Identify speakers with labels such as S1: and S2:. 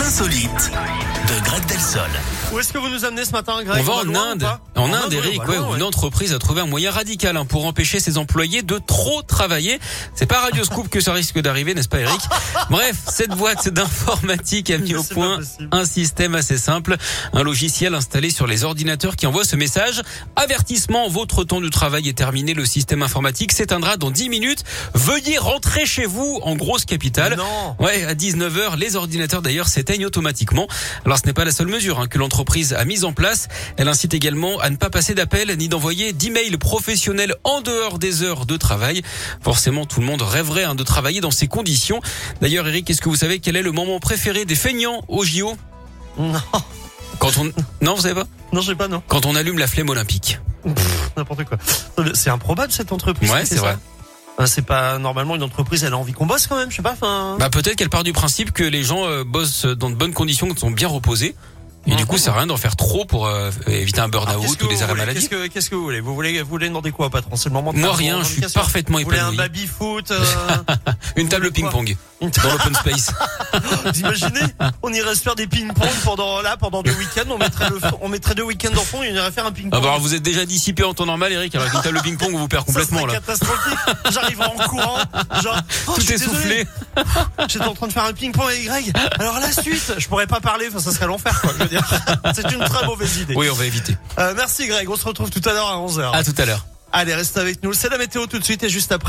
S1: insolites de Greg Delsol.
S2: Où est-ce que vous nous amenez ce matin, Greg
S3: On va en
S2: loin ou
S3: Inde.
S2: pas Ah,
S3: En Inde,
S2: oui,
S3: Eric,
S2: on va
S3: ouais,
S2: loin,
S3: où
S2: bah ouais.
S3: une entreprise a trouvé un moyen radical hein, pour empêcher ses employés de trop travailler. C'est pas Radio Scoop que ça risque d'arriver, n'est-ce pas, Eric Bref, cette boîte d'informatique a mis
S2: Mais
S3: au
S2: c'est
S3: point
S2: pas possible.
S3: un système assez simple, un logiciel installé sur les ordinateurs qui envoie ce message avertissement votre temps de travail est terminé, le système informatique s'éteindra dans 10 minutes. Veuillez rentrer chez vous en grosse capitale.
S2: Non.
S3: Ouais, à 19h, les ordinateurs d'ailleurs s'éteignent automatiquement. Alors ce n'est pas la seule mesure hein, que l'entreprise a mise en place. Elle incite également à ne pas passer d'appels ni d'envoyer d'emails professionnels en dehors des heures de travail. Forcément, tout le monde rêverait hein, de travailler dans ces conditions. D'ailleurs, Eric, est-ce que vous savez quel est le moment préféré des feignants au JO
S2: Non,
S3: Quand on... Non, vous savez pas
S2: non, je sais pas, non.
S3: Quand on allume la flemme olympique.
S2: N'importe quoi. Euh, C'est improbable cette entreprise.
S3: Ouais,
S2: qui fait
S3: c'est
S2: ça.
S3: vrai.
S2: Hein, C'est pas normalement une entreprise, elle a envie qu'on bosse quand même, je sais pas. Enfin,
S3: Bah peut-être qu'elle part du principe que les gens euh, bossent dans de bonnes conditions, qu'ils sont bien reposés. Et du coup, ça sert à rien d'en faire trop pour euh, éviter un
S2: Ah. Alors,
S3: burn-out
S2: qu'est-ce que
S3: ou
S2: vous
S3: des arrêts
S2: voulez Qu'est-ce
S3: maladie.
S2: que, qu'est-ce que vous voulez Vous voulez, vous voulez demander quoi, patron C'est le moment. de
S3: Moi
S2: faire
S3: rien,
S2: vos
S3: je suis
S2: revendications.
S3: parfaitement
S2: Vous voulez un
S3: épanoui.
S2: baby foot euh,
S3: Une
S2: Vous
S3: table
S2: voulez quoi
S3: ping-pong dans l'open space.
S2: Vous imaginez On irait se faire des ping-pong pendant là, pendant deux week-ends. On mettrait le, on mettrait deux week-ends en fond et on irait faire un ping-pong.
S3: Ah bah alors, vous êtes déjà dissipé en temps normal, Eric. Alors, avec une table ping-pong, on vous perd
S2: Ça
S3: complètement
S2: serait
S3: là.
S2: catastrophique. J'arriverai en courant. Genre, oh, je
S3: Tout
S2: suis
S3: est
S2: désolé.
S3: soufflé.
S2: J'étais en train de faire un ping-pong avec Greg. Alors la suite, je pourrais pas parler, enfin, ça serait l'enfer. quoi, je veux dire. C'est une très mauvaise idée.
S3: Oui, on va éviter.
S2: Euh, merci Greg, on se retrouve tout à l'heure à 11h.
S3: À tout à l'heure.
S2: Allez, reste avec nous. C'est la météo tout de suite et juste après.